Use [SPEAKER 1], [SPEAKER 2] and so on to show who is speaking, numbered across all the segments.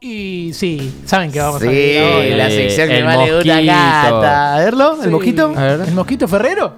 [SPEAKER 1] Y sí, saben que vamos a
[SPEAKER 2] Sí,
[SPEAKER 1] ir ahora.
[SPEAKER 2] la sección que
[SPEAKER 3] el
[SPEAKER 2] más le gusta a
[SPEAKER 3] mosquito.
[SPEAKER 2] Cata. A verlo,
[SPEAKER 1] Sí.
[SPEAKER 2] el mosquito.
[SPEAKER 3] A ver.
[SPEAKER 1] ¿El mosquito Ferrero?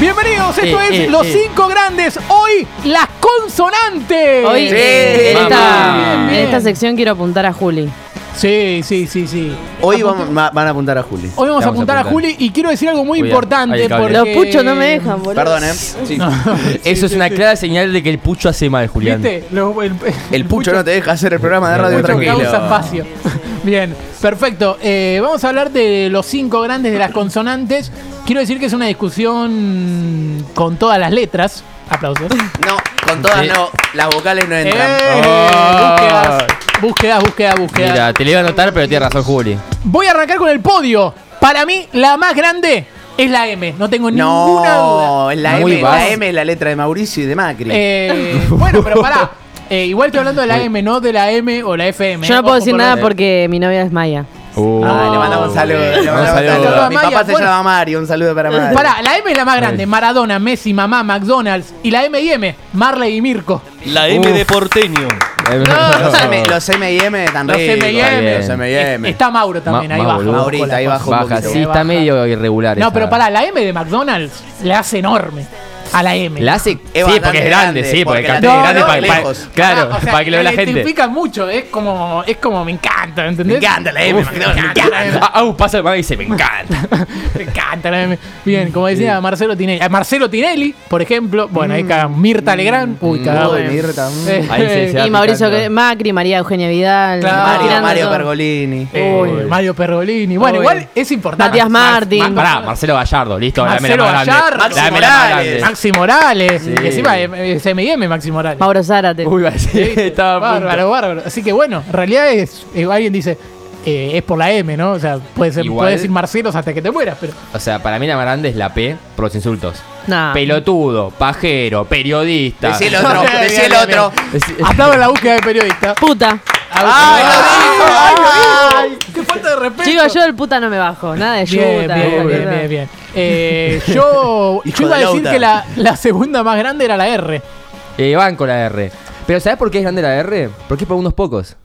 [SPEAKER 1] Bienvenidos, esto
[SPEAKER 3] Eh,
[SPEAKER 1] es
[SPEAKER 3] eh,
[SPEAKER 1] Los
[SPEAKER 3] eh.
[SPEAKER 1] Cinco Grandes. Hoy, las consonantes.
[SPEAKER 4] Hoy
[SPEAKER 2] Sí,
[SPEAKER 4] eh, en,
[SPEAKER 3] vamos.
[SPEAKER 4] esta,
[SPEAKER 3] Bien,
[SPEAKER 1] bien.
[SPEAKER 4] en esta sección quiero apuntar a Juli.
[SPEAKER 1] Sí, sí, sí, sí.
[SPEAKER 2] Hoy vamos- ma- van a apuntar a Juli.
[SPEAKER 1] Hoy vamos, a apuntar a, Juli y quiero decir algo muy
[SPEAKER 3] Cuidado, hay
[SPEAKER 1] importante
[SPEAKER 3] el cable.
[SPEAKER 1] porque...
[SPEAKER 4] Los puchos no me dejan, boludo.
[SPEAKER 2] Perdón, ¿eh? Sí.
[SPEAKER 3] Eso es una clara señal de que el pucho hace mal, Julián.
[SPEAKER 1] ¿Viste? Lo- el,
[SPEAKER 2] El pucho no te deja hacer el programa de
[SPEAKER 3] El
[SPEAKER 2] radio
[SPEAKER 1] Mucho
[SPEAKER 2] tranquilo.
[SPEAKER 1] causa espacio. Bien, perfecto. Eh, vamos a hablar de los cinco grandes de las consonantes. Quiero decir que es una discusión con todas las letras. Aplausos.
[SPEAKER 2] No, con todas
[SPEAKER 3] Sí.
[SPEAKER 2] no. Las vocales no
[SPEAKER 1] Eh,
[SPEAKER 2] entran. Oh.
[SPEAKER 1] Búsquedas, búsquedas, búsquedas, búsquedas.
[SPEAKER 3] Mira, te lo iba a anotar, pero tienes razón, Juli.
[SPEAKER 1] Voy a arrancar con el podio. Para mí, la más grande es la M. No tengo ninguna duda.
[SPEAKER 2] No, es la
[SPEAKER 3] Muy
[SPEAKER 2] M.
[SPEAKER 3] bajo.
[SPEAKER 2] La M es la letra de Mauricio y de Macri.
[SPEAKER 1] Eh, bueno, pero pará. Eh, igual estoy hablando de la M, no de la M o la FM.
[SPEAKER 4] Yo no
[SPEAKER 1] Ojo
[SPEAKER 4] puedo decir
[SPEAKER 1] con
[SPEAKER 4] nada
[SPEAKER 1] los-
[SPEAKER 4] porque mi novia es Maya.
[SPEAKER 2] Ah, le mandamos un saludo. Le mandamos un
[SPEAKER 3] saludo.
[SPEAKER 2] saludo. Mi
[SPEAKER 1] Maya,
[SPEAKER 2] papá se
[SPEAKER 1] bueno.
[SPEAKER 2] llama Mario. Un saludo para Mario.
[SPEAKER 1] Eh, Pará, la M es la más grande. Maradona, Messi, mamá, McDonald's. Y la M y M, Marley y Mirko.
[SPEAKER 5] La M de porteño.
[SPEAKER 3] Eh,
[SPEAKER 2] Los M- Los M&M están
[SPEAKER 1] eh, Los
[SPEAKER 2] ricos.
[SPEAKER 1] M&M.
[SPEAKER 2] Los M&M.
[SPEAKER 1] Es- Está Mauro también,
[SPEAKER 3] Ma-
[SPEAKER 1] ahí
[SPEAKER 3] ma-
[SPEAKER 1] baja.
[SPEAKER 3] boludo.
[SPEAKER 2] Maurita, ahí baja un
[SPEAKER 3] Baja,
[SPEAKER 2] poquito.
[SPEAKER 3] sí, está medio irregular.
[SPEAKER 1] No,
[SPEAKER 3] esa.
[SPEAKER 1] pero pará, la M de McDonald's le hace enorme a la M.
[SPEAKER 3] La hace. Sí,
[SPEAKER 2] bastante
[SPEAKER 3] porque es grande,
[SPEAKER 2] grande,
[SPEAKER 3] sí, porque
[SPEAKER 2] porque la
[SPEAKER 3] es
[SPEAKER 2] tiene
[SPEAKER 3] grande
[SPEAKER 2] no,
[SPEAKER 3] para, para-
[SPEAKER 2] lejos.
[SPEAKER 3] Claro,
[SPEAKER 1] Pará, o sea,
[SPEAKER 3] para que lo vea la gente.
[SPEAKER 1] identifica mucho, es como, es como me encanta,
[SPEAKER 2] Me
[SPEAKER 1] ¿entendés?
[SPEAKER 2] encanta la M. McDonald's, me encanta.
[SPEAKER 3] Ah, ah, un pasa el man y dice, me encanta.
[SPEAKER 1] Me encanta la M. Bien, como decía Marcelo Tinelli. eh, Marcelo Tinelli, por ejemplo. Bueno, ahí caga Mirta Legrand. Uy, cagamos.
[SPEAKER 2] Uy, Mirta, mm.
[SPEAKER 1] Eh,
[SPEAKER 3] Ahí se- se-
[SPEAKER 4] Y Mauricio Cre- Macri, María Eugenia Vidal.
[SPEAKER 1] Claro.
[SPEAKER 4] va
[SPEAKER 2] Mario,
[SPEAKER 4] tirando
[SPEAKER 2] Mario
[SPEAKER 4] todo.
[SPEAKER 2] Pergolini.
[SPEAKER 1] Uy, Mario Pergolini. Bueno,
[SPEAKER 4] Uy.
[SPEAKER 1] igual es importante.
[SPEAKER 4] Matías
[SPEAKER 1] Mar-
[SPEAKER 4] Martín.
[SPEAKER 3] Pará, Marcelo Gallardo, listo. la M la
[SPEAKER 1] Marcelo
[SPEAKER 3] más grande.
[SPEAKER 1] Gallardo.
[SPEAKER 3] La
[SPEAKER 2] Maxi
[SPEAKER 3] M la más
[SPEAKER 2] Morales.
[SPEAKER 3] grande.
[SPEAKER 1] Maxi Morales.
[SPEAKER 3] Sí.
[SPEAKER 1] Y encima eh, es M&M Maxi Morales.
[SPEAKER 4] Mauro Zárate.
[SPEAKER 3] Uy, va a ser- estaba a punto.
[SPEAKER 1] Bárbaro, bárbaro. Así que bueno, en realidad es. eh, alguien dice. eh, es por la M, ¿no? O sea, puede ser,
[SPEAKER 3] Igual-
[SPEAKER 1] puede decir Marcelos hasta que te mueras, pero.
[SPEAKER 3] O sea, para mí la más grande es la P por los insultos.
[SPEAKER 4] Nah.
[SPEAKER 3] Pelotudo, pajero, periodista.
[SPEAKER 2] Decí el otro, decí el otro.
[SPEAKER 1] Aplaudan la búsqueda de periodista.
[SPEAKER 4] Puta.
[SPEAKER 1] Ah,
[SPEAKER 2] ¡Ay, lo dijo! ¡Ay, lo dijo!
[SPEAKER 1] ¡Qué falta de respeto!
[SPEAKER 4] Chicos, yo del puta no me bajo. Nada de
[SPEAKER 1] Bien,
[SPEAKER 4] yuta.
[SPEAKER 1] bien,
[SPEAKER 4] esa
[SPEAKER 1] bien,
[SPEAKER 4] mierda.
[SPEAKER 1] bien, bien. Eh, yo,
[SPEAKER 2] Hijo
[SPEAKER 1] yo iba a
[SPEAKER 2] de
[SPEAKER 1] decir
[SPEAKER 2] Lauta.
[SPEAKER 1] que la, la segunda más grande era la R.
[SPEAKER 3] Eh, van con la R. Pero ¿sabes por qué es grande la R? Porque es por unos pocos.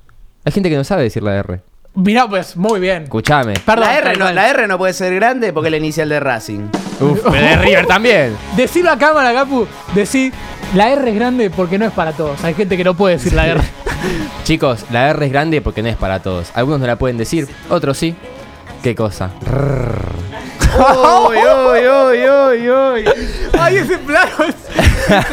[SPEAKER 3] Hay gente que no sabe decir la R.
[SPEAKER 1] Mirá, pues, muy bien.
[SPEAKER 3] Escuchame.
[SPEAKER 1] Perdón,
[SPEAKER 2] La R,
[SPEAKER 1] perdón.
[SPEAKER 2] no, la R no puede ser grande porque es la inicial de Racing.
[SPEAKER 3] Uf, pero de River también.
[SPEAKER 1] Decirlo a cámara, Capu. Decir, la R es grande porque no es para todos. Hay gente que no puede decir la R.
[SPEAKER 3] Chicos, la R es grande porque no es para todos. Algunos no la pueden decir, otros sí. ¿Qué cosa?
[SPEAKER 2] Uy, uy, uy, uy, uy.
[SPEAKER 1] Ay, ese plano es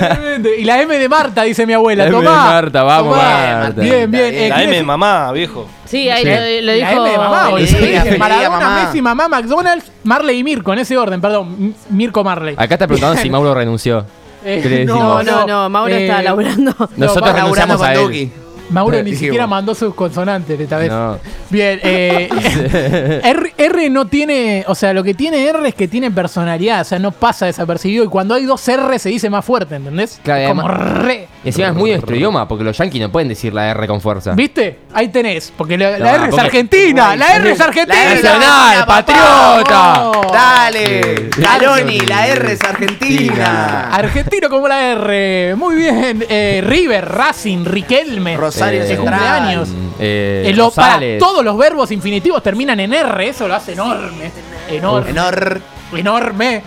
[SPEAKER 1] tremendo. Y la M de Marta, dice mi abuela.
[SPEAKER 3] La M de
[SPEAKER 1] Tomá,
[SPEAKER 3] Marta, vamos,
[SPEAKER 1] tomá.
[SPEAKER 3] Marta.
[SPEAKER 1] Bien, bien. Eh,
[SPEAKER 5] La
[SPEAKER 1] ¿quiere
[SPEAKER 5] M de
[SPEAKER 1] decir-
[SPEAKER 5] mamá, viejo.
[SPEAKER 4] Sí, ahí
[SPEAKER 3] Sí.
[SPEAKER 4] lo, lo
[SPEAKER 1] La
[SPEAKER 4] dijo.
[SPEAKER 1] M de mamá, boludo.
[SPEAKER 2] Feliz día,
[SPEAKER 1] Dije,
[SPEAKER 2] feliz día,
[SPEAKER 1] Maradona,
[SPEAKER 2] mamá.
[SPEAKER 1] Messi, mamá, McDonald's, Marley y Mirko, en ese orden, perdón. M- Mirko Marley.
[SPEAKER 3] Acá está preguntando si Mauro renunció.
[SPEAKER 1] Eh,
[SPEAKER 3] ¿Qué le decimos?
[SPEAKER 4] no, no, no. Mauro
[SPEAKER 1] Eh,
[SPEAKER 4] está laburando.
[SPEAKER 3] Nosotros
[SPEAKER 1] va-
[SPEAKER 3] renunciamos
[SPEAKER 2] Laburando
[SPEAKER 3] a
[SPEAKER 2] con
[SPEAKER 3] él.
[SPEAKER 2] Duki.
[SPEAKER 1] Mauro ni
[SPEAKER 2] Dijimos.
[SPEAKER 1] siquiera mandó sus consonantes esta vez.
[SPEAKER 3] No.
[SPEAKER 1] Bien, eh, R, R no tiene, o sea, lo que tiene R es que tiene personalidad, o sea, no pasa desapercibido y cuando hay dos R se dice más fuerte, ¿entendés?
[SPEAKER 3] Claro, y
[SPEAKER 1] Como
[SPEAKER 3] además-
[SPEAKER 1] re.
[SPEAKER 3] Y Encima es muy nuestro idioma, porque los yankees no pueden decir la R con fuerza.
[SPEAKER 1] ¿Viste? Ahí tenés, porque la, la
[SPEAKER 3] No,
[SPEAKER 1] R es
[SPEAKER 3] porque-
[SPEAKER 1] argentina, la R es
[SPEAKER 2] La
[SPEAKER 1] argentina.
[SPEAKER 2] R es argentina,
[SPEAKER 3] Nacional,
[SPEAKER 2] papá.
[SPEAKER 3] patriota.
[SPEAKER 1] Oh.
[SPEAKER 2] Dale.
[SPEAKER 3] Sí.
[SPEAKER 2] Caloni, la R es Argentina.
[SPEAKER 1] Argentino como la R. Muy bien. eh, River, Racing, Riquelme.
[SPEAKER 2] Rosario
[SPEAKER 1] Eh,
[SPEAKER 2] Central.
[SPEAKER 1] cumpleaños.
[SPEAKER 3] Eh,
[SPEAKER 1] Eh, lo- para,
[SPEAKER 3] Rosales.
[SPEAKER 1] todos los verbos infinitivos terminan en R. Eso lo hace enorme. Enorme.
[SPEAKER 2] Enorme.
[SPEAKER 1] enorme.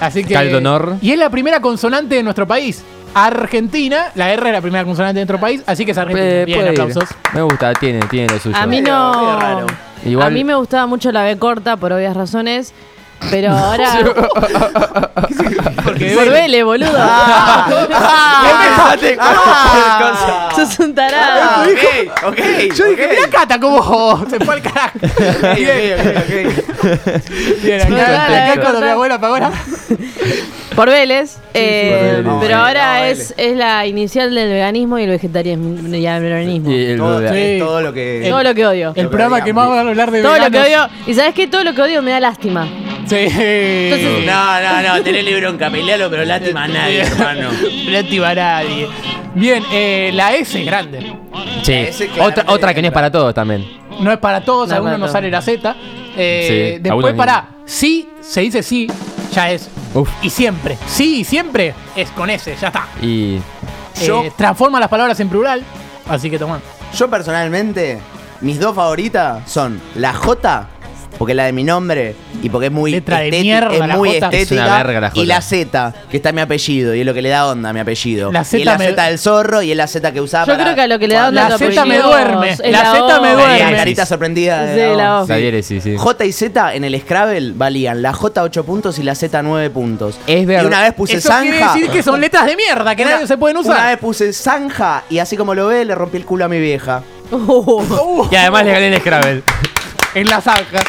[SPEAKER 1] Así que.
[SPEAKER 3] Caldo Nor.
[SPEAKER 1] Y es la primera consonante de nuestro país. Argentina. La R es la primera consonante de nuestro país. Así que es Argentina.
[SPEAKER 3] Eh,
[SPEAKER 1] bien,
[SPEAKER 3] puede ir.
[SPEAKER 1] aplausos.
[SPEAKER 3] Me gusta, tiene, tiene lo suyo.
[SPEAKER 4] A mí
[SPEAKER 2] Medio- medio
[SPEAKER 4] no.
[SPEAKER 2] raro.
[SPEAKER 3] Igual-
[SPEAKER 4] A mí me gustaba mucho la B corta por obvias razones. Pero ahora.
[SPEAKER 1] Porque
[SPEAKER 4] por Vélez, boludo.
[SPEAKER 2] Ah, ah,
[SPEAKER 4] Sos un tarado.
[SPEAKER 2] ah, ok, ok,
[SPEAKER 1] Yo dije,
[SPEAKER 2] ok.
[SPEAKER 1] mira Cata como se fue al carajo.
[SPEAKER 2] Ok,
[SPEAKER 1] Bien,
[SPEAKER 2] ok, ok, ok.
[SPEAKER 1] bien, acá-
[SPEAKER 4] Dale, dale,
[SPEAKER 1] acá cuando
[SPEAKER 4] corta.
[SPEAKER 1] mi abuela pagó la-
[SPEAKER 4] Por Vélez. eh,
[SPEAKER 3] Vélez.
[SPEAKER 4] Pero
[SPEAKER 2] No,
[SPEAKER 4] ahora
[SPEAKER 2] Vélez.
[SPEAKER 4] es, es la inicial del veganismo y el vegetarianismo. Y el veganismo.
[SPEAKER 3] Y eh, el-
[SPEAKER 2] Todo,
[SPEAKER 3] la-
[SPEAKER 1] Sí.
[SPEAKER 2] es todo lo que.
[SPEAKER 4] Todo lo que odio.
[SPEAKER 1] El
[SPEAKER 2] Lo
[SPEAKER 1] programa que más
[SPEAKER 2] odiamos.
[SPEAKER 1] va a hablar de
[SPEAKER 4] Todo lo que
[SPEAKER 1] veganos.
[SPEAKER 4] odio. Y sabes que todo lo que odio me da lástima.
[SPEAKER 1] Sí.
[SPEAKER 4] Entonces-
[SPEAKER 2] No, no, no, tenés libro en capelano, pero lástima a nadie, hermano.
[SPEAKER 1] No activa a nadie. Bien, eh, la S es grande.
[SPEAKER 3] Sí.
[SPEAKER 2] Ese claramente
[SPEAKER 3] Otra, otra que no es para todos también.
[SPEAKER 1] No es para todos,
[SPEAKER 4] No,
[SPEAKER 1] a uno
[SPEAKER 4] para
[SPEAKER 1] no
[SPEAKER 4] todos.
[SPEAKER 1] sale la Z. Eh,
[SPEAKER 3] Sí, a
[SPEAKER 1] después
[SPEAKER 3] uno
[SPEAKER 1] para sí, se dice sí, ya es
[SPEAKER 3] Uf.
[SPEAKER 1] Y siempre, sí, siempre es con S, ya está.
[SPEAKER 3] Y.
[SPEAKER 6] Yo-
[SPEAKER 1] Eh, transforma las palabras en plural, así que toma.
[SPEAKER 2] Yo personalmente, mis dos favoritas son la J, porque es la de mi nombre y porque es muy
[SPEAKER 1] Letra de
[SPEAKER 2] estéti-
[SPEAKER 1] mierda,
[SPEAKER 2] es
[SPEAKER 1] la
[SPEAKER 2] muy
[SPEAKER 1] J.
[SPEAKER 2] estética.
[SPEAKER 3] Es una verga la J.
[SPEAKER 2] Y la Z, que está en mi apellido y es lo que le da onda a mi apellido.
[SPEAKER 1] La
[SPEAKER 2] y es
[SPEAKER 1] Z
[SPEAKER 2] la
[SPEAKER 1] me-
[SPEAKER 2] Z del zorro y es la Z que usaba
[SPEAKER 4] Yo
[SPEAKER 2] para-
[SPEAKER 4] creo que a lo que le da
[SPEAKER 1] La
[SPEAKER 4] onda a tu
[SPEAKER 1] Z me
[SPEAKER 4] apellido
[SPEAKER 1] duerme,
[SPEAKER 4] es
[SPEAKER 1] la Z me
[SPEAKER 4] O.
[SPEAKER 1] duerme.
[SPEAKER 2] La carita sorprendida. de
[SPEAKER 4] Sí,
[SPEAKER 2] la
[SPEAKER 4] la
[SPEAKER 2] O.
[SPEAKER 4] O.
[SPEAKER 3] La diéresis, sí.
[SPEAKER 2] J y Z en el Scrabble valían la J 8 puntos y la Z 9 puntos.
[SPEAKER 3] Es verdad.
[SPEAKER 2] Y una vez puse
[SPEAKER 1] Eso quiere
[SPEAKER 2] zanja.
[SPEAKER 1] decir que son letras de mierda, que
[SPEAKER 2] Una-
[SPEAKER 1] nadie se pueden
[SPEAKER 2] Una
[SPEAKER 1] usar.
[SPEAKER 2] vez puse zanja y así como lo ve, le rompí el culo a mi vieja.
[SPEAKER 3] Y además le gané el Scrabble.
[SPEAKER 1] En la zanja.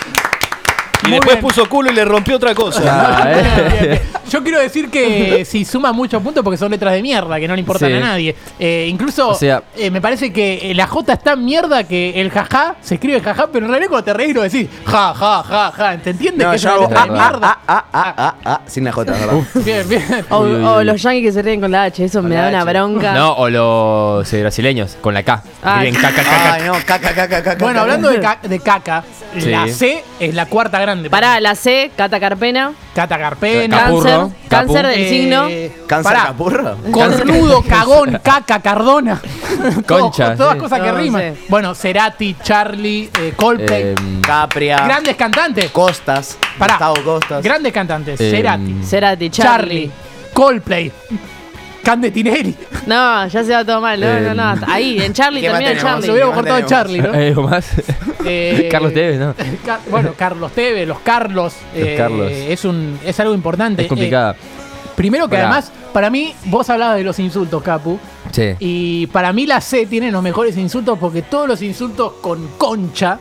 [SPEAKER 5] Y
[SPEAKER 1] Muy
[SPEAKER 5] después
[SPEAKER 1] bien.
[SPEAKER 5] puso culo y le rompió otra cosa.
[SPEAKER 3] Ah, eh.
[SPEAKER 1] Yo quiero decir que si suma muchos puntos porque son letras de mierda, que no le importan
[SPEAKER 3] Sí.
[SPEAKER 1] a nadie. Eh, incluso
[SPEAKER 3] O sea-
[SPEAKER 1] eh, me parece que eh, la J es tan mierda que el jaja se escribe jaja, pero en realidad cuando te reís lo decís ja, ja, ja, ja. ¿Te entiendes?
[SPEAKER 2] No,
[SPEAKER 1] que es
[SPEAKER 2] yo
[SPEAKER 1] una
[SPEAKER 2] hago
[SPEAKER 1] letra
[SPEAKER 2] ah,
[SPEAKER 1] de
[SPEAKER 2] ah,
[SPEAKER 1] mierda.
[SPEAKER 2] ah, ah, ah, ah, ah, sin la J, ¿verdad?
[SPEAKER 1] Bien, bien.
[SPEAKER 4] O,
[SPEAKER 3] Uy, uy,
[SPEAKER 4] o
[SPEAKER 3] uy.
[SPEAKER 4] los yankees que se ríen con la H, eso me
[SPEAKER 2] la
[SPEAKER 4] da una
[SPEAKER 2] H.
[SPEAKER 4] bronca.
[SPEAKER 3] No, o los eh, brasileños, con la K.
[SPEAKER 4] Ah,
[SPEAKER 3] Escriben K, K, K, K.
[SPEAKER 2] Ay, no, caca, caca, caca.
[SPEAKER 1] Bueno, hablando de, ca- de caca,
[SPEAKER 3] Sí.
[SPEAKER 1] la C es la cuarta grande.
[SPEAKER 4] Pará, la C, Cata Carpena,
[SPEAKER 1] Cata Carpena.
[SPEAKER 3] Capurro,
[SPEAKER 4] cáncer,
[SPEAKER 3] Capu.
[SPEAKER 4] cáncer del
[SPEAKER 1] eh,
[SPEAKER 4] signo.
[SPEAKER 2] ¿Cáncer
[SPEAKER 1] pará,
[SPEAKER 2] capurro?
[SPEAKER 1] Cornudo, cagón, caca, cardona.
[SPEAKER 3] Concha.
[SPEAKER 1] Todas cosas que
[SPEAKER 4] No,
[SPEAKER 1] riman.
[SPEAKER 4] no sé.
[SPEAKER 1] Bueno, Cerati, Charlie, eh, Coldplay.
[SPEAKER 3] Eh,
[SPEAKER 2] Capria.
[SPEAKER 4] ah.
[SPEAKER 1] Grandes cantantes.
[SPEAKER 2] Costas.
[SPEAKER 1] Pará.
[SPEAKER 2] Gustavo Costas.
[SPEAKER 1] Grandes cantantes.
[SPEAKER 3] Eh,
[SPEAKER 1] Cerati,
[SPEAKER 4] Cerati,
[SPEAKER 1] Charlie,
[SPEAKER 4] Charlie.
[SPEAKER 1] Coldplay, Candetineri.
[SPEAKER 4] No, ya se va todo mal. No,
[SPEAKER 3] Eh,
[SPEAKER 4] no, no. hasta Ahí, en Charlie
[SPEAKER 2] ¿Qué más
[SPEAKER 4] termina en
[SPEAKER 2] tenemos?
[SPEAKER 1] Se
[SPEAKER 4] Charlie.
[SPEAKER 1] hubiera cortado
[SPEAKER 2] Mantenemos.
[SPEAKER 1] Charlie, ¿no?
[SPEAKER 3] ¿Algo más?
[SPEAKER 1] Eh,
[SPEAKER 3] Carlos Tevez, ¿no?
[SPEAKER 1] Ca- bueno, Carlos Tevez, los Carlos.
[SPEAKER 3] Los
[SPEAKER 1] eh,
[SPEAKER 3] Carlos.
[SPEAKER 1] Es, un, es algo importante.
[SPEAKER 3] Es complicada.
[SPEAKER 1] Eh, primero que
[SPEAKER 3] Pará.
[SPEAKER 1] además, para mí, vos hablabas de los insultos, Capu.
[SPEAKER 3] Sí.
[SPEAKER 1] Y para mí la C tiene los mejores insultos porque todos los insultos con concha,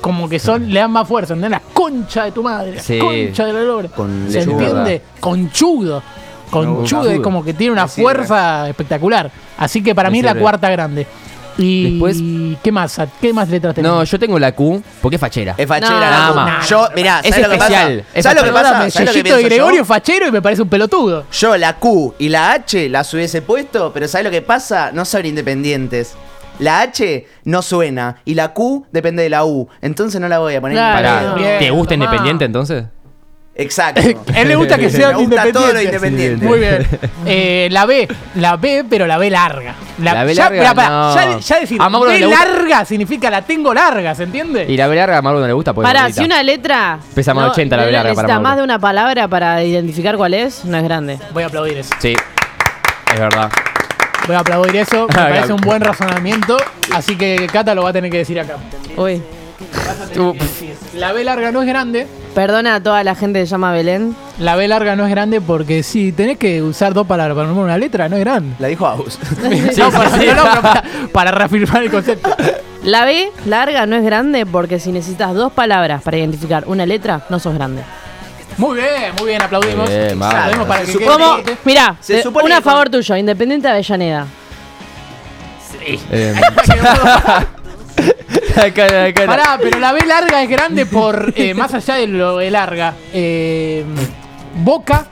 [SPEAKER 1] como que son, le dan más fuerza, ¿entendés? La concha de tu madre, la
[SPEAKER 3] Sí.
[SPEAKER 1] concha de la lora.
[SPEAKER 2] Con
[SPEAKER 1] ¿Se
[SPEAKER 2] lechuga.
[SPEAKER 1] entiende? Conchudo. Conchudo es
[SPEAKER 3] conchudo.
[SPEAKER 1] como que tiene una
[SPEAKER 2] Me sirve.
[SPEAKER 1] fuerza espectacular. Así que para
[SPEAKER 3] Me
[SPEAKER 1] mí es la
[SPEAKER 3] sirve.
[SPEAKER 1] cuarta grande. Y
[SPEAKER 3] Después-
[SPEAKER 1] ¿qué más? ¿Qué más letras tenemos?
[SPEAKER 3] No, yo tengo la Q porque es fachera.
[SPEAKER 2] Es fachera.
[SPEAKER 4] No,
[SPEAKER 2] la
[SPEAKER 3] no,
[SPEAKER 2] Q.
[SPEAKER 1] no.
[SPEAKER 2] Yo, mirá,
[SPEAKER 3] Es
[SPEAKER 2] ¿sabes lo que
[SPEAKER 3] especial,
[SPEAKER 2] pasa?
[SPEAKER 3] es
[SPEAKER 2] ¿Sabes lo que
[SPEAKER 1] Perdóname,
[SPEAKER 2] pasa? ¿Sabes lo que
[SPEAKER 1] Yeyito de
[SPEAKER 2] pienso yo?
[SPEAKER 1] Gregorio fachero y me parece un pelotudo.
[SPEAKER 2] Yo la Q y la H las hubiese puesto, pero ¿sabes lo que pasa? No son independientes. La H no suena y la Q depende de la U. Entonces no la voy a poner.
[SPEAKER 4] Claro.
[SPEAKER 2] ni-
[SPEAKER 3] Pará,
[SPEAKER 4] Bien,
[SPEAKER 3] ¿te gusta
[SPEAKER 1] tomá.
[SPEAKER 3] independiente entonces?
[SPEAKER 2] Exacto.
[SPEAKER 1] A él le gusta que sea
[SPEAKER 2] Me gusta todo lo
[SPEAKER 1] independiente.
[SPEAKER 2] independiente.
[SPEAKER 1] Muy bien.
[SPEAKER 3] Este.
[SPEAKER 1] Eh, la B, la B, pero la B larga.
[SPEAKER 3] La B
[SPEAKER 1] ya, pará,
[SPEAKER 3] larga,
[SPEAKER 1] pará, ya,
[SPEAKER 3] no.
[SPEAKER 1] ya decir
[SPEAKER 3] A Mauro
[SPEAKER 1] B
[SPEAKER 3] le gusta-
[SPEAKER 1] larga significa la tengo larga, ¿se entiende?
[SPEAKER 3] Y la B larga a Mauro no le gusta pues, porque
[SPEAKER 4] Pará,
[SPEAKER 3] es gordita.
[SPEAKER 4] si una letra.
[SPEAKER 3] Pesa más de 80 la
[SPEAKER 4] no
[SPEAKER 3] B larga para
[SPEAKER 4] necesita
[SPEAKER 3] Mauro.
[SPEAKER 4] más de una palabra para identificar cuál es, no es grande.
[SPEAKER 1] Voy a aplaudir eso.
[SPEAKER 3] Sí, es verdad.
[SPEAKER 1] Voy a aplaudir eso. Me
[SPEAKER 3] Ah,
[SPEAKER 1] parece
[SPEAKER 3] claro.
[SPEAKER 1] un buen razonamiento. Así que Cata lo va a tener que decir acá.
[SPEAKER 4] Uy.
[SPEAKER 1] La B larga no es grande.
[SPEAKER 4] Perdona a toda la gente que se llama Belén.
[SPEAKER 1] La B larga no es grande porque si tenés que usar dos palabras para nombrar una letra, no es grande.
[SPEAKER 2] La dijo Aus.
[SPEAKER 1] No, para, no, no, pero para- para reafirmar el concepto.
[SPEAKER 4] La B larga no es grande porque si necesitas dos palabras para identificar una letra, no sos grande.
[SPEAKER 1] Muy bien, muy bien, aplaudimos.
[SPEAKER 3] Muy bien, vamos.
[SPEAKER 1] Aplaudimos para que
[SPEAKER 2] Se
[SPEAKER 1] quede
[SPEAKER 4] ¿Cómo?
[SPEAKER 1] patente.
[SPEAKER 4] Mirá,
[SPEAKER 2] Se
[SPEAKER 4] eh,
[SPEAKER 2] supone
[SPEAKER 4] una a
[SPEAKER 2] que con-
[SPEAKER 4] favor tuyo, Independiente Avellaneda.
[SPEAKER 3] Eh, la cara, la cara.
[SPEAKER 1] Pará, pero la B larga es grande por. eh, más allá de lo de larga. eh, Boca,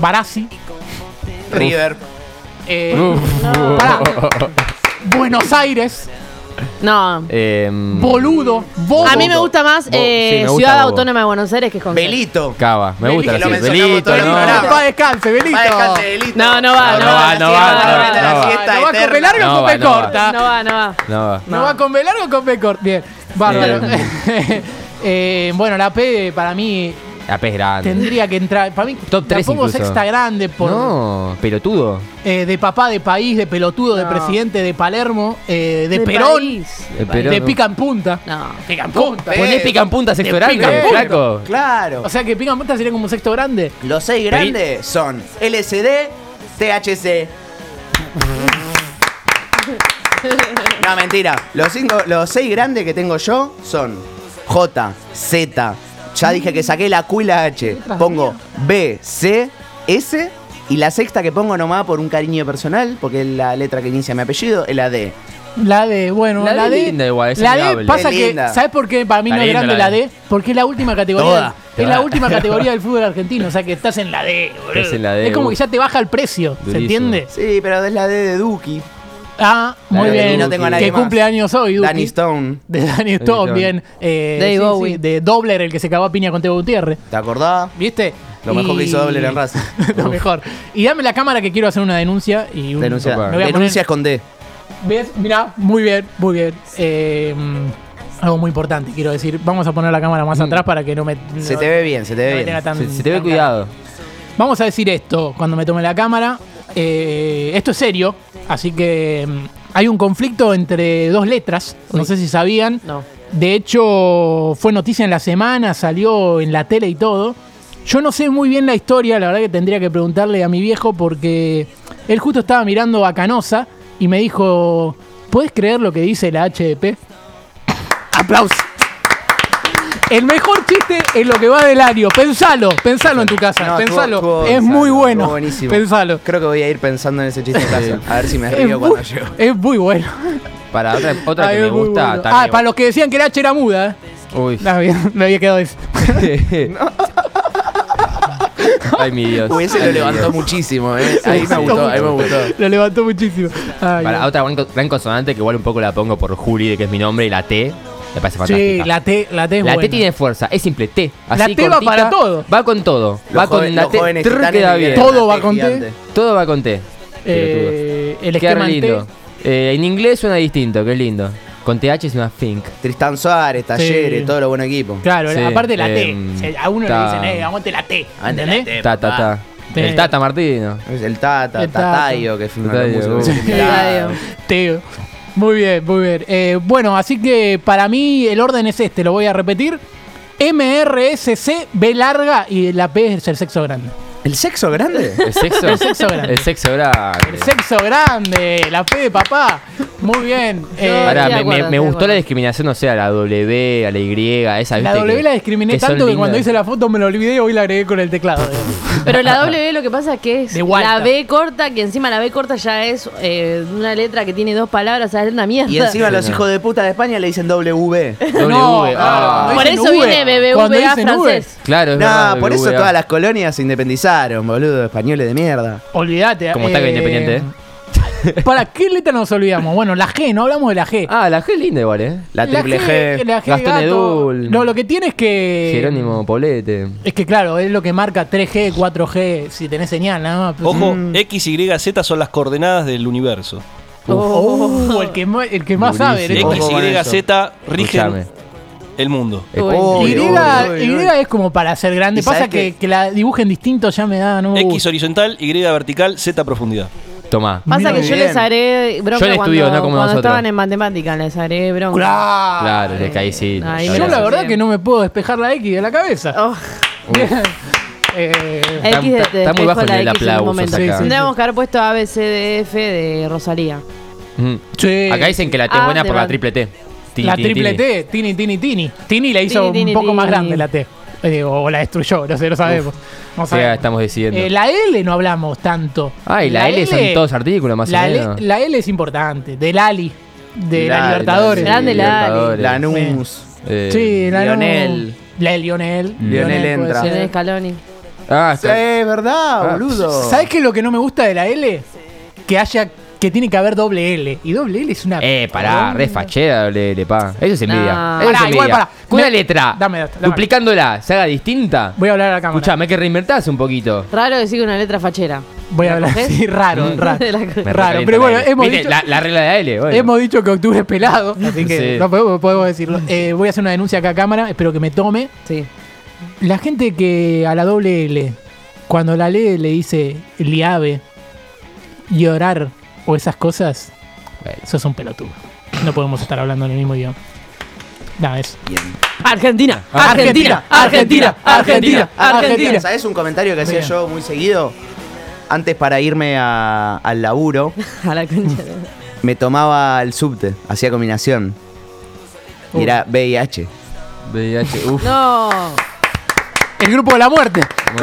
[SPEAKER 1] Barassi,
[SPEAKER 2] River.
[SPEAKER 1] eh,
[SPEAKER 3] Uf.
[SPEAKER 1] pará. Buenos Aires,
[SPEAKER 4] No.
[SPEAKER 3] Eh,
[SPEAKER 1] Boludo, Bobo.
[SPEAKER 4] A mí me gusta más
[SPEAKER 3] Bo-
[SPEAKER 4] eh,
[SPEAKER 3] sí, me gusta
[SPEAKER 4] Ciudad
[SPEAKER 3] Bobo.
[SPEAKER 4] Autónoma de Buenos Aires que es con C.
[SPEAKER 2] Belito.
[SPEAKER 3] Cava, me gusta
[SPEAKER 2] Que
[SPEAKER 3] la
[SPEAKER 2] lo
[SPEAKER 3] C.
[SPEAKER 2] mencionamos todo el
[SPEAKER 3] no.
[SPEAKER 2] programa.
[SPEAKER 1] Va, descanse, Belito.
[SPEAKER 2] Va, descanse, Belito.
[SPEAKER 4] No, no va,
[SPEAKER 3] no va, no va, no va, no va.
[SPEAKER 1] No va con B
[SPEAKER 2] velar.
[SPEAKER 1] larga o
[SPEAKER 3] No
[SPEAKER 1] con
[SPEAKER 3] va,
[SPEAKER 1] B
[SPEAKER 3] no va.
[SPEAKER 1] corta.
[SPEAKER 4] No va, no va.
[SPEAKER 3] No va.
[SPEAKER 1] No va con B largo o con B corta. Bien, bárbaro. Eh, bueno, la P para mí
[SPEAKER 3] La P es grande.
[SPEAKER 1] tendría que entrar. Para mí,
[SPEAKER 3] Top
[SPEAKER 1] la
[SPEAKER 3] tres
[SPEAKER 1] pongo
[SPEAKER 3] incluso.
[SPEAKER 1] sexta grande por,
[SPEAKER 3] No, pelotudo.
[SPEAKER 1] Eh, de papá de país, de pelotudo, de
[SPEAKER 4] No.
[SPEAKER 1] presidente, de Palermo, eh, de,
[SPEAKER 4] De
[SPEAKER 1] Perón,
[SPEAKER 4] país.
[SPEAKER 3] Eh, pero
[SPEAKER 1] de
[SPEAKER 3] no.
[SPEAKER 1] pica en punta.
[SPEAKER 4] No.
[SPEAKER 1] Pica en punta.
[SPEAKER 2] Pe-
[SPEAKER 3] Poné pica en punta sexto
[SPEAKER 1] Te pica
[SPEAKER 3] grande,
[SPEAKER 1] en punta.
[SPEAKER 3] flaco.
[SPEAKER 2] Claro.
[SPEAKER 1] O sea que pica en punta sería como un sexto grande.
[SPEAKER 2] Los seis grandes son LCD, THC. No, mentira. Los, cinco, los seis grandes que tengo yo son J, Z. Ya dije que saqué la Q y la H. Pongo B, C, S. Y la sexta que pongo nomás por un cariño personal, porque es la letra que inicia mi apellido, es la D.
[SPEAKER 1] La D, bueno, la,
[SPEAKER 3] La D
[SPEAKER 1] D.
[SPEAKER 3] es linda igual, es
[SPEAKER 1] la D
[SPEAKER 3] amigable.
[SPEAKER 1] pasa
[SPEAKER 2] Es
[SPEAKER 1] que.
[SPEAKER 2] linda.
[SPEAKER 1] ¿Sabes por qué para mí
[SPEAKER 3] Está
[SPEAKER 1] no es
[SPEAKER 3] linda
[SPEAKER 1] grande
[SPEAKER 3] la
[SPEAKER 1] la
[SPEAKER 3] D.
[SPEAKER 1] D? Porque es la última categoría.
[SPEAKER 2] Toda.
[SPEAKER 1] del-
[SPEAKER 3] Te
[SPEAKER 1] es
[SPEAKER 3] va.
[SPEAKER 1] la última categoría del fútbol argentino. O sea que estás en la D, boludo.
[SPEAKER 3] Estás en la D,
[SPEAKER 1] es como
[SPEAKER 3] uh.
[SPEAKER 1] que ya te baja el precio. ¿Se
[SPEAKER 3] Durísimo.
[SPEAKER 1] entiende?
[SPEAKER 2] Sí, pero es la D de Duki.
[SPEAKER 1] Ah, muy
[SPEAKER 3] D,
[SPEAKER 1] bien.
[SPEAKER 2] no tengo a nadie
[SPEAKER 1] que
[SPEAKER 2] más.
[SPEAKER 1] cumple años hoy, Duki.
[SPEAKER 2] Danny Stone.
[SPEAKER 1] De Danny Stone,
[SPEAKER 3] Stone.
[SPEAKER 1] bien. Eh,
[SPEAKER 4] Dave
[SPEAKER 1] sí, sí,
[SPEAKER 4] Bowie.
[SPEAKER 1] de Dobler, el que se cagó a piña con Teo Gutiérrez.
[SPEAKER 2] ¿Te acordás?
[SPEAKER 1] ¿Viste?
[SPEAKER 2] Lo mejor que hizo Dobler en Racing.
[SPEAKER 1] Lo mejor. Y dame la cámara que quiero hacer una denuncia. Y un-
[SPEAKER 2] Denuncia.
[SPEAKER 1] me voy a poner-
[SPEAKER 2] Denuncias con D.
[SPEAKER 1] ¿Ves? Mirá, muy bien, muy bien. Eh, mm, algo muy importante, quiero decir. Vamos a poner la cámara más atrás para que no me.
[SPEAKER 2] Mm. Se
[SPEAKER 1] no-
[SPEAKER 2] te ve bien, se te
[SPEAKER 1] no me
[SPEAKER 2] ve
[SPEAKER 1] tenga
[SPEAKER 2] bien.
[SPEAKER 1] tan-
[SPEAKER 3] Se, se te ve
[SPEAKER 1] tan
[SPEAKER 3] cuidado.
[SPEAKER 1] Vamos a decir esto cuando me tome la cámara. Eh, esto es serio, así que mm, hay un conflicto entre dos letras. No sé si sabían.
[SPEAKER 4] No.
[SPEAKER 1] De hecho, fue noticia en la semana, salió en la tele y todo. Yo no sé muy bien la historia, la verdad que tendría que preguntarle a mi viejo porque él justo estaba mirando a Canosa y me dijo, ¿puedes creer lo que dice la HDP? Aplausos. El mejor chiste es lo que va del año. Pensalo, pensalo en tu casa,
[SPEAKER 2] No,
[SPEAKER 1] pensalo.
[SPEAKER 2] estuvo- estuvo
[SPEAKER 1] es
[SPEAKER 2] buenísimo,
[SPEAKER 1] muy bueno.
[SPEAKER 2] estuvo buenísimo.
[SPEAKER 1] Pensalo.
[SPEAKER 2] Creo que voy a ir pensando en ese chiste en casa. A ver si me
[SPEAKER 1] Es
[SPEAKER 2] río
[SPEAKER 1] muy,
[SPEAKER 2] cuando llego.
[SPEAKER 1] es muy bueno.
[SPEAKER 3] Para otra, otra
[SPEAKER 1] Ay,
[SPEAKER 3] que me
[SPEAKER 1] es muy
[SPEAKER 3] gusta
[SPEAKER 1] bueno.
[SPEAKER 3] también.
[SPEAKER 1] Ah, para los que decían que la H era muda. ¿eh?
[SPEAKER 3] Uy.
[SPEAKER 1] Está bien, me había quedado eso.
[SPEAKER 3] Ay, mi Dios.
[SPEAKER 2] Uy, ese
[SPEAKER 3] Ay,
[SPEAKER 2] lo
[SPEAKER 3] mi
[SPEAKER 2] levantó
[SPEAKER 3] Dios.
[SPEAKER 2] muchísimo, eh. Ahí me gustó, ahí me gustó.
[SPEAKER 1] Lo levantó muchísimo. Ay,
[SPEAKER 3] Para otra gran, gran consonante que igual un poco la pongo por Juli, de que es mi nombre, y la T. Me parece fantástica.
[SPEAKER 1] sí, la T, la T es
[SPEAKER 3] La T
[SPEAKER 1] buena.
[SPEAKER 3] tiene fuerza, es simple, T.
[SPEAKER 1] La T va para todo.
[SPEAKER 3] Va con todo. va con
[SPEAKER 2] joven-
[SPEAKER 3] la
[SPEAKER 2] los
[SPEAKER 3] T.
[SPEAKER 2] jóvenes
[SPEAKER 3] trrr,
[SPEAKER 2] titanes
[SPEAKER 3] queda
[SPEAKER 2] vivieron
[SPEAKER 3] bien.
[SPEAKER 1] Todo
[SPEAKER 2] en la
[SPEAKER 1] va con T.
[SPEAKER 2] gigante.
[SPEAKER 3] Todo va con T.
[SPEAKER 1] Eh, el
[SPEAKER 3] Queda re
[SPEAKER 1] esquema en T.
[SPEAKER 3] lindo. Eh, en inglés suena distinto, que es lindo. Con TH es una think.
[SPEAKER 2] Tristán Suárez, Talleres, todo lo buen equipo.
[SPEAKER 1] Claro,
[SPEAKER 3] Sí,
[SPEAKER 1] aparte la T.
[SPEAKER 3] em,
[SPEAKER 1] O sea, a uno
[SPEAKER 3] ta.
[SPEAKER 1] le dicen, eh, aguante la T.
[SPEAKER 2] Aguante la
[SPEAKER 1] ¿Entendés?
[SPEAKER 2] T. Eh,
[SPEAKER 3] Ta, ta, ta.
[SPEAKER 2] papá.
[SPEAKER 3] El
[SPEAKER 1] Sí.
[SPEAKER 3] Tata Martino.
[SPEAKER 2] Es el Tata,
[SPEAKER 1] El Tata.
[SPEAKER 2] Tatayo, que firmó la
[SPEAKER 3] Tatayo,
[SPEAKER 2] música.
[SPEAKER 3] uh.
[SPEAKER 2] Sí, mirá.
[SPEAKER 1] Eh, Teo. Muy bien, muy bien. Eh, bueno, así que para mí el orden es este, lo voy a repetir. MRSC, B larga y la P es el sexo grande.
[SPEAKER 2] ¿El sexo grande?
[SPEAKER 3] El sexo.
[SPEAKER 1] El sexo grande.
[SPEAKER 3] El sexo grande.
[SPEAKER 1] El sexo grande, la P de papá. Muy bien. Eh,
[SPEAKER 3] Pará,
[SPEAKER 4] Sí,
[SPEAKER 3] me, me-
[SPEAKER 4] acuerdo,
[SPEAKER 3] me
[SPEAKER 4] sí,
[SPEAKER 3] gustó
[SPEAKER 4] acuerdo.
[SPEAKER 3] la discriminación, o sea, a la W, a la Y, a esa.
[SPEAKER 1] la
[SPEAKER 3] Ah, ¿viste?
[SPEAKER 1] W
[SPEAKER 3] que-
[SPEAKER 1] la discriminé
[SPEAKER 3] son
[SPEAKER 1] tanto que cuando
[SPEAKER 3] lindas.
[SPEAKER 1] hice la foto me la olvidé y hoy la agregué con el teclado.
[SPEAKER 4] Pero la W lo que pasa es que es
[SPEAKER 1] De vuelta.
[SPEAKER 4] la B corta, que encima la B corta ya es eh, una letra que tiene dos palabras, o sea, es una mierda.
[SPEAKER 2] Y encima los
[SPEAKER 3] Sí, no.
[SPEAKER 2] hijos de puta de España le dicen W.
[SPEAKER 3] W, ah.
[SPEAKER 1] cuando
[SPEAKER 4] Por
[SPEAKER 1] dicen
[SPEAKER 4] eso
[SPEAKER 1] V,
[SPEAKER 4] viene BBVA
[SPEAKER 1] cuando dicen V.
[SPEAKER 4] francés.
[SPEAKER 3] Claro, es
[SPEAKER 2] No,
[SPEAKER 3] verdad,
[SPEAKER 2] por eso
[SPEAKER 3] W,
[SPEAKER 2] todas las colonias se independizaron, boludo, españoles de mierda.
[SPEAKER 1] Olvídate. eh,
[SPEAKER 3] Como está que independiente, ¿eh?
[SPEAKER 1] ¿Para qué letra nos olvidamos? Bueno, la G, no hablamos de la G.
[SPEAKER 3] Ah, la G es linda igual, ¿eh?
[SPEAKER 2] La triple G.
[SPEAKER 1] la G
[SPEAKER 3] Gastón
[SPEAKER 1] gato.
[SPEAKER 3] Edul.
[SPEAKER 1] No, lo que tiene es que.
[SPEAKER 3] Jerónimo Polete.
[SPEAKER 1] Es que claro, es lo que marca 3G, 4G, si tenés señal, nada más.
[SPEAKER 5] Ojo,
[SPEAKER 1] Mm.
[SPEAKER 5] X, Y, Z son las coordenadas del universo.
[SPEAKER 1] Oh, el que, ma- el que más
[SPEAKER 3] Durísimo.
[SPEAKER 1] sabe. ¿no?
[SPEAKER 5] X,
[SPEAKER 2] Ojo con
[SPEAKER 5] Y,
[SPEAKER 2] eso.
[SPEAKER 5] Z rigen
[SPEAKER 3] Escuchame.
[SPEAKER 5] el mundo.
[SPEAKER 2] Uy,
[SPEAKER 1] Y,
[SPEAKER 2] uy, uy, uy.
[SPEAKER 1] es como para ser grande.
[SPEAKER 2] ¿Y sabés
[SPEAKER 1] Pasa que,
[SPEAKER 2] qué?
[SPEAKER 1] que la dibujen distinto ya me da. No me
[SPEAKER 5] X
[SPEAKER 1] gusta.
[SPEAKER 5] horizontal, Y vertical, Z profundidad.
[SPEAKER 3] Tomá.
[SPEAKER 4] Pasa
[SPEAKER 1] Muy
[SPEAKER 4] que yo
[SPEAKER 2] bien.
[SPEAKER 4] les haré bronca
[SPEAKER 3] Yo le
[SPEAKER 4] cuando,
[SPEAKER 3] estudio, no como
[SPEAKER 4] cuando
[SPEAKER 3] nosotros.
[SPEAKER 4] estaban en matemáticas, les haré bronca.
[SPEAKER 3] Claro, le caí sí.
[SPEAKER 4] Ay,
[SPEAKER 1] Yo la
[SPEAKER 4] Gracias.
[SPEAKER 1] verdad que Ah. no me puedo despejar la X de la cabeza.
[SPEAKER 4] Oh,
[SPEAKER 1] Bien. Eh,
[SPEAKER 4] X de-
[SPEAKER 3] está- está muy
[SPEAKER 4] dejo
[SPEAKER 3] bajo el
[SPEAKER 4] la
[SPEAKER 3] nivel de
[SPEAKER 4] X en un
[SPEAKER 3] aplausos
[SPEAKER 4] momento.
[SPEAKER 1] acá.
[SPEAKER 4] Tendríamos que haber puesto A, B, C, D, E F de Rosalía.
[SPEAKER 3] Mm.
[SPEAKER 1] sí.
[SPEAKER 3] Acá dicen que la T es
[SPEAKER 4] Ah,
[SPEAKER 3] buena
[SPEAKER 4] te
[SPEAKER 3] por la
[SPEAKER 4] van.
[SPEAKER 3] triple T. Tini,
[SPEAKER 1] La
[SPEAKER 3] tini,
[SPEAKER 1] triple
[SPEAKER 3] tini.
[SPEAKER 1] T, Tini, Tini, Tini. Tini la hizo
[SPEAKER 4] Tini, tini,
[SPEAKER 1] un poco más
[SPEAKER 4] tini.
[SPEAKER 1] grande la T. Eh, o la destruyó, no sé, no sabemos. No
[SPEAKER 3] Sí, ahora
[SPEAKER 1] sabemos.
[SPEAKER 3] estamos decidiendo.
[SPEAKER 1] Eh, la L no hablamos tanto.
[SPEAKER 3] Ah, y la, L, son todos artículos, más
[SPEAKER 1] la
[SPEAKER 3] o
[SPEAKER 1] L-
[SPEAKER 3] menos.
[SPEAKER 1] la L es importante. Del Ali. De la,
[SPEAKER 2] Lali,
[SPEAKER 1] Libertadores.
[SPEAKER 4] Lali. Grande la
[SPEAKER 3] Libertadores.
[SPEAKER 2] Lanús.
[SPEAKER 3] Eh,
[SPEAKER 1] Sí, la
[SPEAKER 2] Lionel.
[SPEAKER 1] La de Lionel.
[SPEAKER 2] Lionel
[SPEAKER 1] puede
[SPEAKER 2] entra.
[SPEAKER 1] ser.
[SPEAKER 4] De Scaloni.
[SPEAKER 3] Ah,
[SPEAKER 2] Sí,
[SPEAKER 3] está-
[SPEAKER 2] es verdad, boludo.
[SPEAKER 1] Ah. ¿Sabes qué es lo que no me gusta de la L? Que haya. Que tiene que haber doble L. Y doble L es una.
[SPEAKER 3] Eh, pará, re fachera, le, le, pa. Eso es envidia.
[SPEAKER 4] No.
[SPEAKER 3] Eso es
[SPEAKER 1] Pará, igual,
[SPEAKER 3] envidia.
[SPEAKER 1] pará.
[SPEAKER 3] Con una
[SPEAKER 1] Me-
[SPEAKER 3] letra,
[SPEAKER 1] Dame, dame.
[SPEAKER 3] duplicándola, se haga distinta.
[SPEAKER 1] Voy a hablar a la cámara.
[SPEAKER 3] Escuchame, hay que reinvertirse un poquito.
[SPEAKER 4] Raro decir una letra fachera.
[SPEAKER 1] Voy a hablar
[SPEAKER 4] cogés?
[SPEAKER 1] así, raro,
[SPEAKER 3] Mm.
[SPEAKER 1] raro.
[SPEAKER 4] De la co-
[SPEAKER 3] Me
[SPEAKER 1] Raro,
[SPEAKER 3] recalienta
[SPEAKER 1] pero bueno,
[SPEAKER 3] la L.
[SPEAKER 1] hemos
[SPEAKER 3] Viste,
[SPEAKER 1] dicho-
[SPEAKER 3] la, la regla de la L, bueno.
[SPEAKER 1] Hemos dicho que octubre es pelado, así que
[SPEAKER 3] Sí.
[SPEAKER 1] no podemos, podemos decirlo. Eh, voy a hacer una denuncia acá a cámara, espero que me tome.
[SPEAKER 4] Sí.
[SPEAKER 1] La gente que a la doble L, cuando la lee, le dice liave, llorar o esas cosas,
[SPEAKER 3] Bueno.
[SPEAKER 1] eso es un pelotudo. No podemos estar hablando en el mismo idioma. Nada, eso. Argentina,
[SPEAKER 4] Argentina, Argentina,
[SPEAKER 1] Argentina,
[SPEAKER 4] Argentina,
[SPEAKER 1] Argentina,
[SPEAKER 4] Argentina,
[SPEAKER 1] Argentina.
[SPEAKER 4] Argentina.
[SPEAKER 2] ¿Sabes un comentario que hacía
[SPEAKER 1] Bien.
[SPEAKER 2] yo muy seguido? Antes para irme a- al laburo,
[SPEAKER 4] A la concha. de-
[SPEAKER 2] me tomaba el subte, hacía combinación. Y era VIH.
[SPEAKER 3] VIH, uf,
[SPEAKER 4] No.
[SPEAKER 1] El grupo de la muerte.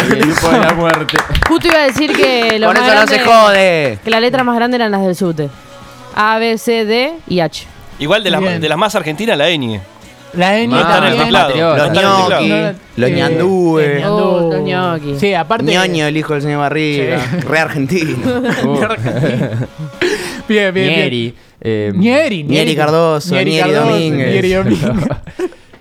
[SPEAKER 3] muy bien, grupo de la muerte.
[SPEAKER 4] Justo iba a decir que lo
[SPEAKER 2] Con
[SPEAKER 4] más
[SPEAKER 2] eso no se
[SPEAKER 4] grande-
[SPEAKER 2] jode.
[SPEAKER 4] Que las letras más grandes eran las del subte. A, B, C, D y H.
[SPEAKER 5] Igual de las,
[SPEAKER 1] Bien.
[SPEAKER 5] de las más argentinas, la ñ.
[SPEAKER 1] La N
[SPEAKER 3] No está en el
[SPEAKER 1] también.
[SPEAKER 5] teclado,
[SPEAKER 1] Patriota.
[SPEAKER 5] no
[SPEAKER 2] Los
[SPEAKER 5] está en el teclado.
[SPEAKER 2] ñoquis, los
[SPEAKER 1] Eh,
[SPEAKER 2] ñandúes.
[SPEAKER 1] los ñandúes.
[SPEAKER 4] Oh, los ñoquis.
[SPEAKER 1] Sí, aparte.
[SPEAKER 2] Ñoño, el hijo del señor Barriga. Re argentino.
[SPEAKER 1] Bien, bien, bien.
[SPEAKER 3] Nieri. eh,
[SPEAKER 1] Nieri,
[SPEAKER 2] Nieri Cardoso, Nieri Domínguez.
[SPEAKER 1] Nieri Domínguez.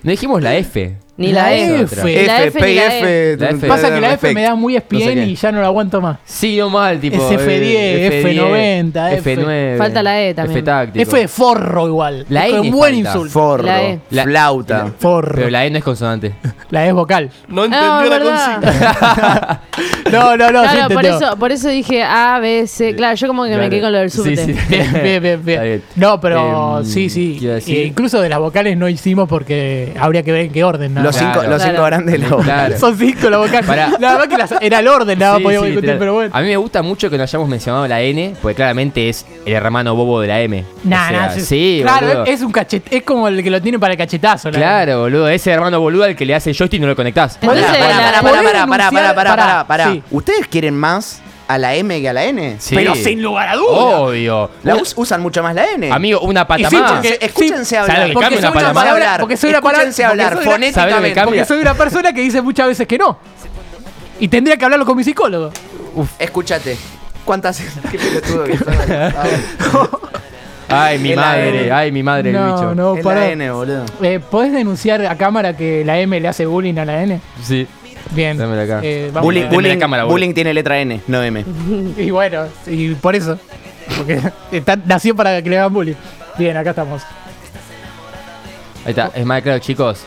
[SPEAKER 3] No dijimos la F.
[SPEAKER 4] Ni la, E.
[SPEAKER 3] Otra.
[SPEAKER 4] Ni la F, ni la E.
[SPEAKER 3] La F.
[SPEAKER 1] Pasa que la F me da muy espien
[SPEAKER 3] No sé qué.
[SPEAKER 1] y ya no la aguanto más.
[SPEAKER 3] Sí, no mal, tipo. eh,
[SPEAKER 1] SF10, F90, F.
[SPEAKER 3] F9.
[SPEAKER 4] Falta la E también.
[SPEAKER 3] F táctico.
[SPEAKER 1] F de forro igual.
[SPEAKER 3] La
[SPEAKER 1] Es
[SPEAKER 3] E
[SPEAKER 1] un
[SPEAKER 3] le
[SPEAKER 1] buen
[SPEAKER 3] falta.
[SPEAKER 1] insulto.
[SPEAKER 2] Forro,
[SPEAKER 4] La E.
[SPEAKER 3] La-
[SPEAKER 2] flauta.
[SPEAKER 1] Forro.
[SPEAKER 3] Pero la E no es consonante.
[SPEAKER 1] La E es vocal.
[SPEAKER 5] No
[SPEAKER 4] Ah,
[SPEAKER 5] entendió la
[SPEAKER 4] verdad.
[SPEAKER 5] consigna.
[SPEAKER 1] No, no, no. sí
[SPEAKER 4] Claro, por
[SPEAKER 1] entendió.
[SPEAKER 4] eso, por eso dije A, B, C. Claro, yo como que me
[SPEAKER 3] Claro.
[SPEAKER 4] quedé con lo del subte.
[SPEAKER 3] Sí, sí.
[SPEAKER 1] Bien, bien, bien, bien.
[SPEAKER 3] Está bien.
[SPEAKER 1] No, pero
[SPEAKER 3] Em,
[SPEAKER 1] sí, sí. Eh,
[SPEAKER 3] ¿qué iba a decir?
[SPEAKER 1] incluso de las vocales no hicimos porque habría que ver en qué orden. nada
[SPEAKER 2] Los,
[SPEAKER 1] más.
[SPEAKER 3] Claro.
[SPEAKER 2] cinco, los
[SPEAKER 4] Claro.
[SPEAKER 2] cinco grandes los
[SPEAKER 3] Claro.
[SPEAKER 1] Son cinco las vocales.
[SPEAKER 3] Pará.
[SPEAKER 1] La verdad que las- era el orden, nada
[SPEAKER 3] Sí,
[SPEAKER 1] podíamos
[SPEAKER 3] sí,
[SPEAKER 1] discutir,
[SPEAKER 3] literal.
[SPEAKER 1] pero bueno.
[SPEAKER 3] A mí me gusta mucho que no hayamos mencionado la N, porque claramente es el hermano bobo de la M. O
[SPEAKER 1] Nah,
[SPEAKER 3] sea,
[SPEAKER 1] nah, sí.
[SPEAKER 3] sí,
[SPEAKER 1] claro,
[SPEAKER 3] boludo.
[SPEAKER 1] es un cachete, es como el que lo tiene para el cachetazo. la verdad.
[SPEAKER 3] Claro, boludo. Ese hermano boludo al que le hace el joystick y no lo conectás.
[SPEAKER 4] Entonces,
[SPEAKER 2] Pará,
[SPEAKER 4] la-
[SPEAKER 2] pará, pará,
[SPEAKER 1] ¿podés
[SPEAKER 2] pará, pará,
[SPEAKER 1] denunciar?
[SPEAKER 2] pará, pará, pará,
[SPEAKER 1] Pará,
[SPEAKER 2] pará.
[SPEAKER 1] sí.
[SPEAKER 2] ¿Ustedes quieren más a la M que a la N?
[SPEAKER 3] Sí. Oh,
[SPEAKER 1] Pero sin lugar a dudas.
[SPEAKER 3] Obvio.
[SPEAKER 2] La
[SPEAKER 3] Una-
[SPEAKER 2] us- usan mucho más la N.
[SPEAKER 3] Amigo, una
[SPEAKER 1] Y
[SPEAKER 3] pata
[SPEAKER 1] sí,
[SPEAKER 3] más.
[SPEAKER 1] porque-
[SPEAKER 2] Escúchense
[SPEAKER 1] sí,
[SPEAKER 3] ¿sabes lo
[SPEAKER 2] hablar.
[SPEAKER 3] que cambia una
[SPEAKER 2] Escúchense
[SPEAKER 3] palabra?
[SPEAKER 2] hablar.
[SPEAKER 1] Porque soy una palabra-
[SPEAKER 2] Escúchense hablar
[SPEAKER 1] porque soy una-
[SPEAKER 3] ¿Sabes lo que
[SPEAKER 2] fonéticamente.
[SPEAKER 1] Porque
[SPEAKER 3] cambia?
[SPEAKER 1] soy una persona que dice muchas veces que no. Y tendría que hablarlo con mi psicólogo.
[SPEAKER 2] Escúchate. ¿Cuántas? Qué pelotudo que sos. Ah,
[SPEAKER 3] Ay, mi
[SPEAKER 2] Es la
[SPEAKER 3] madre.
[SPEAKER 2] N.
[SPEAKER 3] Ay, mi madre, el bicho.
[SPEAKER 1] No, no,
[SPEAKER 2] es
[SPEAKER 1] pará.
[SPEAKER 2] la N, boludo.
[SPEAKER 1] Eh, ¿Podés denunciar a cámara que la M le hace bullying a la N?
[SPEAKER 3] Sí.
[SPEAKER 1] Bien.
[SPEAKER 3] Dámela acá.
[SPEAKER 1] Eh, vamos.
[SPEAKER 2] Bullying,
[SPEAKER 3] Deme la
[SPEAKER 2] bullying-
[SPEAKER 3] cámara, boludo.
[SPEAKER 2] bullying tiene letra N, no M.
[SPEAKER 1] Y bueno, y por eso. Porque está- nació para que le hagan bullying. Bien, acá estamos.
[SPEAKER 3] Ahí está. Es más claro, chicos.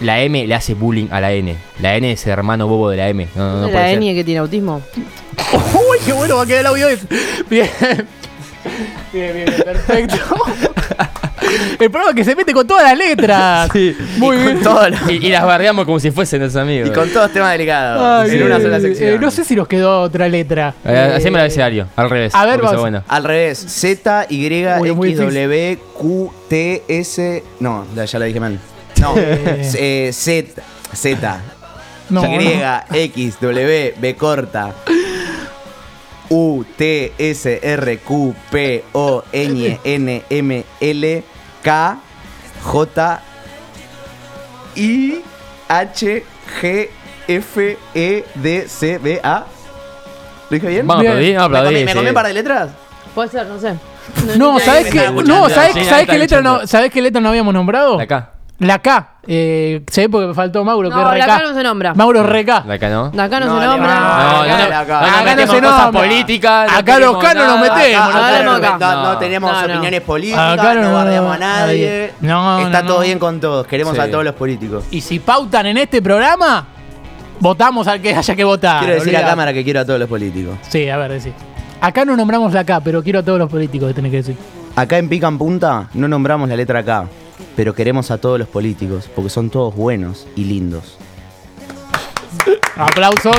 [SPEAKER 3] La M le hace bullying a la N. La N es hermano bobo de la M. No, no, no puede
[SPEAKER 4] la
[SPEAKER 3] ser.
[SPEAKER 4] N que tiene autismo.
[SPEAKER 1] Uy, qué bueno va a quedar el audio ese. Bien. Bien, bien, bien, perfecto. El problema es que se mete con todas las letras.
[SPEAKER 3] Sí.
[SPEAKER 1] Muy bien.
[SPEAKER 2] Todo lo-
[SPEAKER 3] Y, y las bardeamos como si fuesen nuestros amigos.
[SPEAKER 2] y con todos temas delicados.
[SPEAKER 1] Ay,
[SPEAKER 2] en una
[SPEAKER 1] bien.
[SPEAKER 2] sola sección.
[SPEAKER 1] Eh, no sé si nos quedó otra letra.
[SPEAKER 3] Eh, haceme el
[SPEAKER 1] Eh,
[SPEAKER 3] abecedario, al revés.
[SPEAKER 1] a ver,
[SPEAKER 3] porque soy
[SPEAKER 1] vamos.
[SPEAKER 3] bueno.
[SPEAKER 2] Al revés, Z, Y,
[SPEAKER 1] Uy, muy
[SPEAKER 2] X, W, Q, T, S. No, la- ya lo dije mal. No, eh, Z, Z,
[SPEAKER 1] No,
[SPEAKER 2] Y,
[SPEAKER 1] no.
[SPEAKER 2] X, W, B corta. U, T, S, R, Q, P, O, N, N, M, L, K, J, I, H, G, F, E, D, C, B, A. ¿Lo dije bien?
[SPEAKER 3] Vamos a
[SPEAKER 1] Bien.
[SPEAKER 3] aplaudir, vamos a
[SPEAKER 2] ¿Me
[SPEAKER 3] aplaudir.
[SPEAKER 2] comí, me
[SPEAKER 3] sí.
[SPEAKER 2] comí un par de letras?
[SPEAKER 4] Puede ser, no sé.
[SPEAKER 1] No, ¿sabés
[SPEAKER 2] me
[SPEAKER 1] qué?
[SPEAKER 2] estaba
[SPEAKER 1] No,
[SPEAKER 2] escuchando.
[SPEAKER 1] ¿sabés,
[SPEAKER 3] Sí, ahí
[SPEAKER 1] ¿sabés
[SPEAKER 3] está
[SPEAKER 1] qué letra no,
[SPEAKER 3] escuchando.
[SPEAKER 1] ¿sabés qué letra no habíamos nombrado?
[SPEAKER 3] De acá.
[SPEAKER 1] La K. Eh, sé porque me faltó Mauro, que
[SPEAKER 4] No,
[SPEAKER 1] es
[SPEAKER 4] la
[SPEAKER 1] K.
[SPEAKER 4] K no se nombra.
[SPEAKER 1] Mauro Reca.
[SPEAKER 3] De acá, ¿no?
[SPEAKER 4] De acá no,
[SPEAKER 2] No,
[SPEAKER 4] se
[SPEAKER 2] le-
[SPEAKER 4] nombra.
[SPEAKER 2] Ah,
[SPEAKER 3] no, no,
[SPEAKER 2] acá,
[SPEAKER 3] no,
[SPEAKER 2] acá.
[SPEAKER 3] no, no
[SPEAKER 1] Acá no
[SPEAKER 3] metemos
[SPEAKER 1] se
[SPEAKER 3] cosas
[SPEAKER 1] nombra.
[SPEAKER 3] políticas. no
[SPEAKER 1] Acá los
[SPEAKER 3] queremos
[SPEAKER 1] K no nos
[SPEAKER 3] nada.
[SPEAKER 1] metemos.
[SPEAKER 2] Acá-
[SPEAKER 1] no
[SPEAKER 2] acá
[SPEAKER 4] tenemos
[SPEAKER 2] no,
[SPEAKER 4] acá.
[SPEAKER 2] no- no
[SPEAKER 3] No.
[SPEAKER 2] teníamos
[SPEAKER 4] No, no.
[SPEAKER 2] opiniones políticas,
[SPEAKER 1] Acá
[SPEAKER 2] no,
[SPEAKER 1] no-
[SPEAKER 2] bardeamos a nadie.
[SPEAKER 1] No, no,
[SPEAKER 2] Está
[SPEAKER 1] no.
[SPEAKER 2] todo bien con todos, queremos
[SPEAKER 3] Sí.
[SPEAKER 2] a todos los políticos.
[SPEAKER 1] Y si pautan en este programa, votamos al que haya que votar.
[SPEAKER 2] Quiero decir a
[SPEAKER 1] olvidate.
[SPEAKER 2] cámara que quiero a todos los políticos.
[SPEAKER 1] Sí, a ver, decir. Acá no nombramos la K, pero quiero a todos los políticos que tenés que decir.
[SPEAKER 2] Acá en Pica en Punta no nombramos la letra K, pero queremos a todos los políticos porque son todos buenos y lindos.
[SPEAKER 1] Aplausos.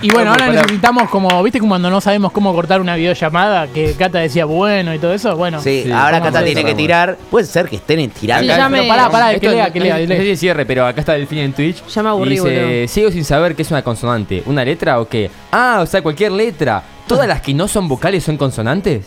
[SPEAKER 1] Y bueno, ahora
[SPEAKER 3] Pará.
[SPEAKER 1] necesitamos como, viste como cuando no sabemos cómo cortar una videollamada, que Cata decía bueno y todo eso, bueno.
[SPEAKER 2] Sí,
[SPEAKER 3] Sí,
[SPEAKER 2] ahora
[SPEAKER 1] vamos
[SPEAKER 2] Cata
[SPEAKER 1] a
[SPEAKER 2] tiene que
[SPEAKER 3] hacer eso,
[SPEAKER 2] tirar. Puede ser que estén
[SPEAKER 4] Sí,
[SPEAKER 2] tirando.
[SPEAKER 4] ya
[SPEAKER 1] Pero
[SPEAKER 4] me-
[SPEAKER 1] pará, pará, que
[SPEAKER 3] Esto
[SPEAKER 1] lea,
[SPEAKER 3] no-
[SPEAKER 1] que lea,
[SPEAKER 3] no-
[SPEAKER 1] que lea.
[SPEAKER 3] No sé si cierre, pero acá está Delfín en Twitch.
[SPEAKER 4] Ya me aburrí,
[SPEAKER 3] Y dice,
[SPEAKER 4] boludo.
[SPEAKER 3] sigo sin saber qué es una consonante. ¿Una letra o qué? Ah, o sea, cualquier letra. ¿Todas las que no son vocales son consonantes?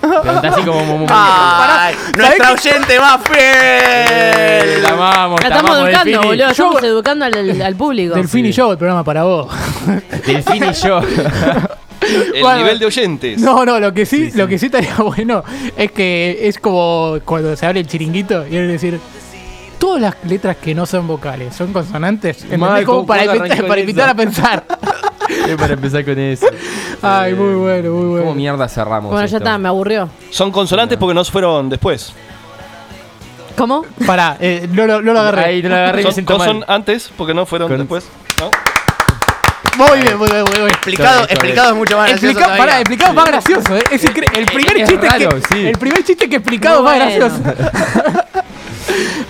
[SPEAKER 3] Pregunta así como... como- como-
[SPEAKER 2] ¡Ay! ¡Nuestra
[SPEAKER 1] ¿sabés
[SPEAKER 2] oyente más
[SPEAKER 3] Eh,
[SPEAKER 2] fiel!
[SPEAKER 3] La amamos,
[SPEAKER 4] La
[SPEAKER 3] te
[SPEAKER 4] estamos
[SPEAKER 3] amamos,
[SPEAKER 4] educando,
[SPEAKER 3] Delfín.
[SPEAKER 4] boludo. Estamos educando al, al público.
[SPEAKER 1] Delfín y yo, el programa para vos.
[SPEAKER 3] Delfín y yo.
[SPEAKER 5] El
[SPEAKER 1] Bueno.
[SPEAKER 5] nivel de oyentes.
[SPEAKER 1] No, no, lo que sí, lo que sí estaría bueno es que es como cuando se abre el chiringuito y es decir todas las letras que no son vocales son consonantes, ¿entendés?
[SPEAKER 3] Mal,
[SPEAKER 1] como
[SPEAKER 3] ¿cómo-
[SPEAKER 1] para,
[SPEAKER 3] cómo
[SPEAKER 1] invitar-
[SPEAKER 3] arranqué con
[SPEAKER 1] para invitar
[SPEAKER 3] eso?
[SPEAKER 1] a pensar.
[SPEAKER 3] Para empezar con eso.
[SPEAKER 1] Ay, muy bueno, muy bueno.
[SPEAKER 3] ¿Cómo mierda cerramos
[SPEAKER 4] Bueno,
[SPEAKER 3] esto?
[SPEAKER 4] ya está, me aburrió.
[SPEAKER 5] Son consonantes porque no fueron después.
[SPEAKER 4] ¿Cómo?
[SPEAKER 1] Pará, eh, no, lo- no lo agarré.
[SPEAKER 3] Ahí te lo agarré y me
[SPEAKER 5] Son,
[SPEAKER 3] siento mal.
[SPEAKER 5] son antes porque no fueron
[SPEAKER 3] Con-
[SPEAKER 5] después. ¿no?
[SPEAKER 1] Muy bien, muy bien, muy bien.
[SPEAKER 2] Explicado,
[SPEAKER 3] Sorry, sorry.
[SPEAKER 2] explicado es mucho más gracioso
[SPEAKER 1] Explicado,
[SPEAKER 2] todavía.
[SPEAKER 1] pará, explicado más gracioso, eh. es incre- el primer
[SPEAKER 3] es
[SPEAKER 1] chiste
[SPEAKER 3] raro,
[SPEAKER 1] que
[SPEAKER 3] sí.
[SPEAKER 1] el primer chiste que explicado
[SPEAKER 4] Muy
[SPEAKER 1] más
[SPEAKER 4] bueno.
[SPEAKER 1] gracioso.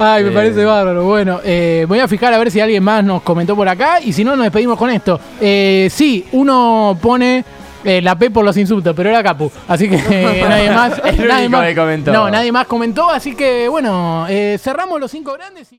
[SPEAKER 1] Ay, me
[SPEAKER 3] Eh.
[SPEAKER 1] parece bárbaro. Bueno, eh, me voy a fijar a ver si alguien más nos comentó por acá y si no nos despedimos con esto. Eh, sí, uno pone eh, la P por los insultos, pero era Capu, así que eh, nadie más,
[SPEAKER 3] El
[SPEAKER 1] nadie
[SPEAKER 3] único
[SPEAKER 1] más
[SPEAKER 3] que comentó.
[SPEAKER 1] No, nadie más comentó, así que bueno, eh, cerramos los cinco grandes. y-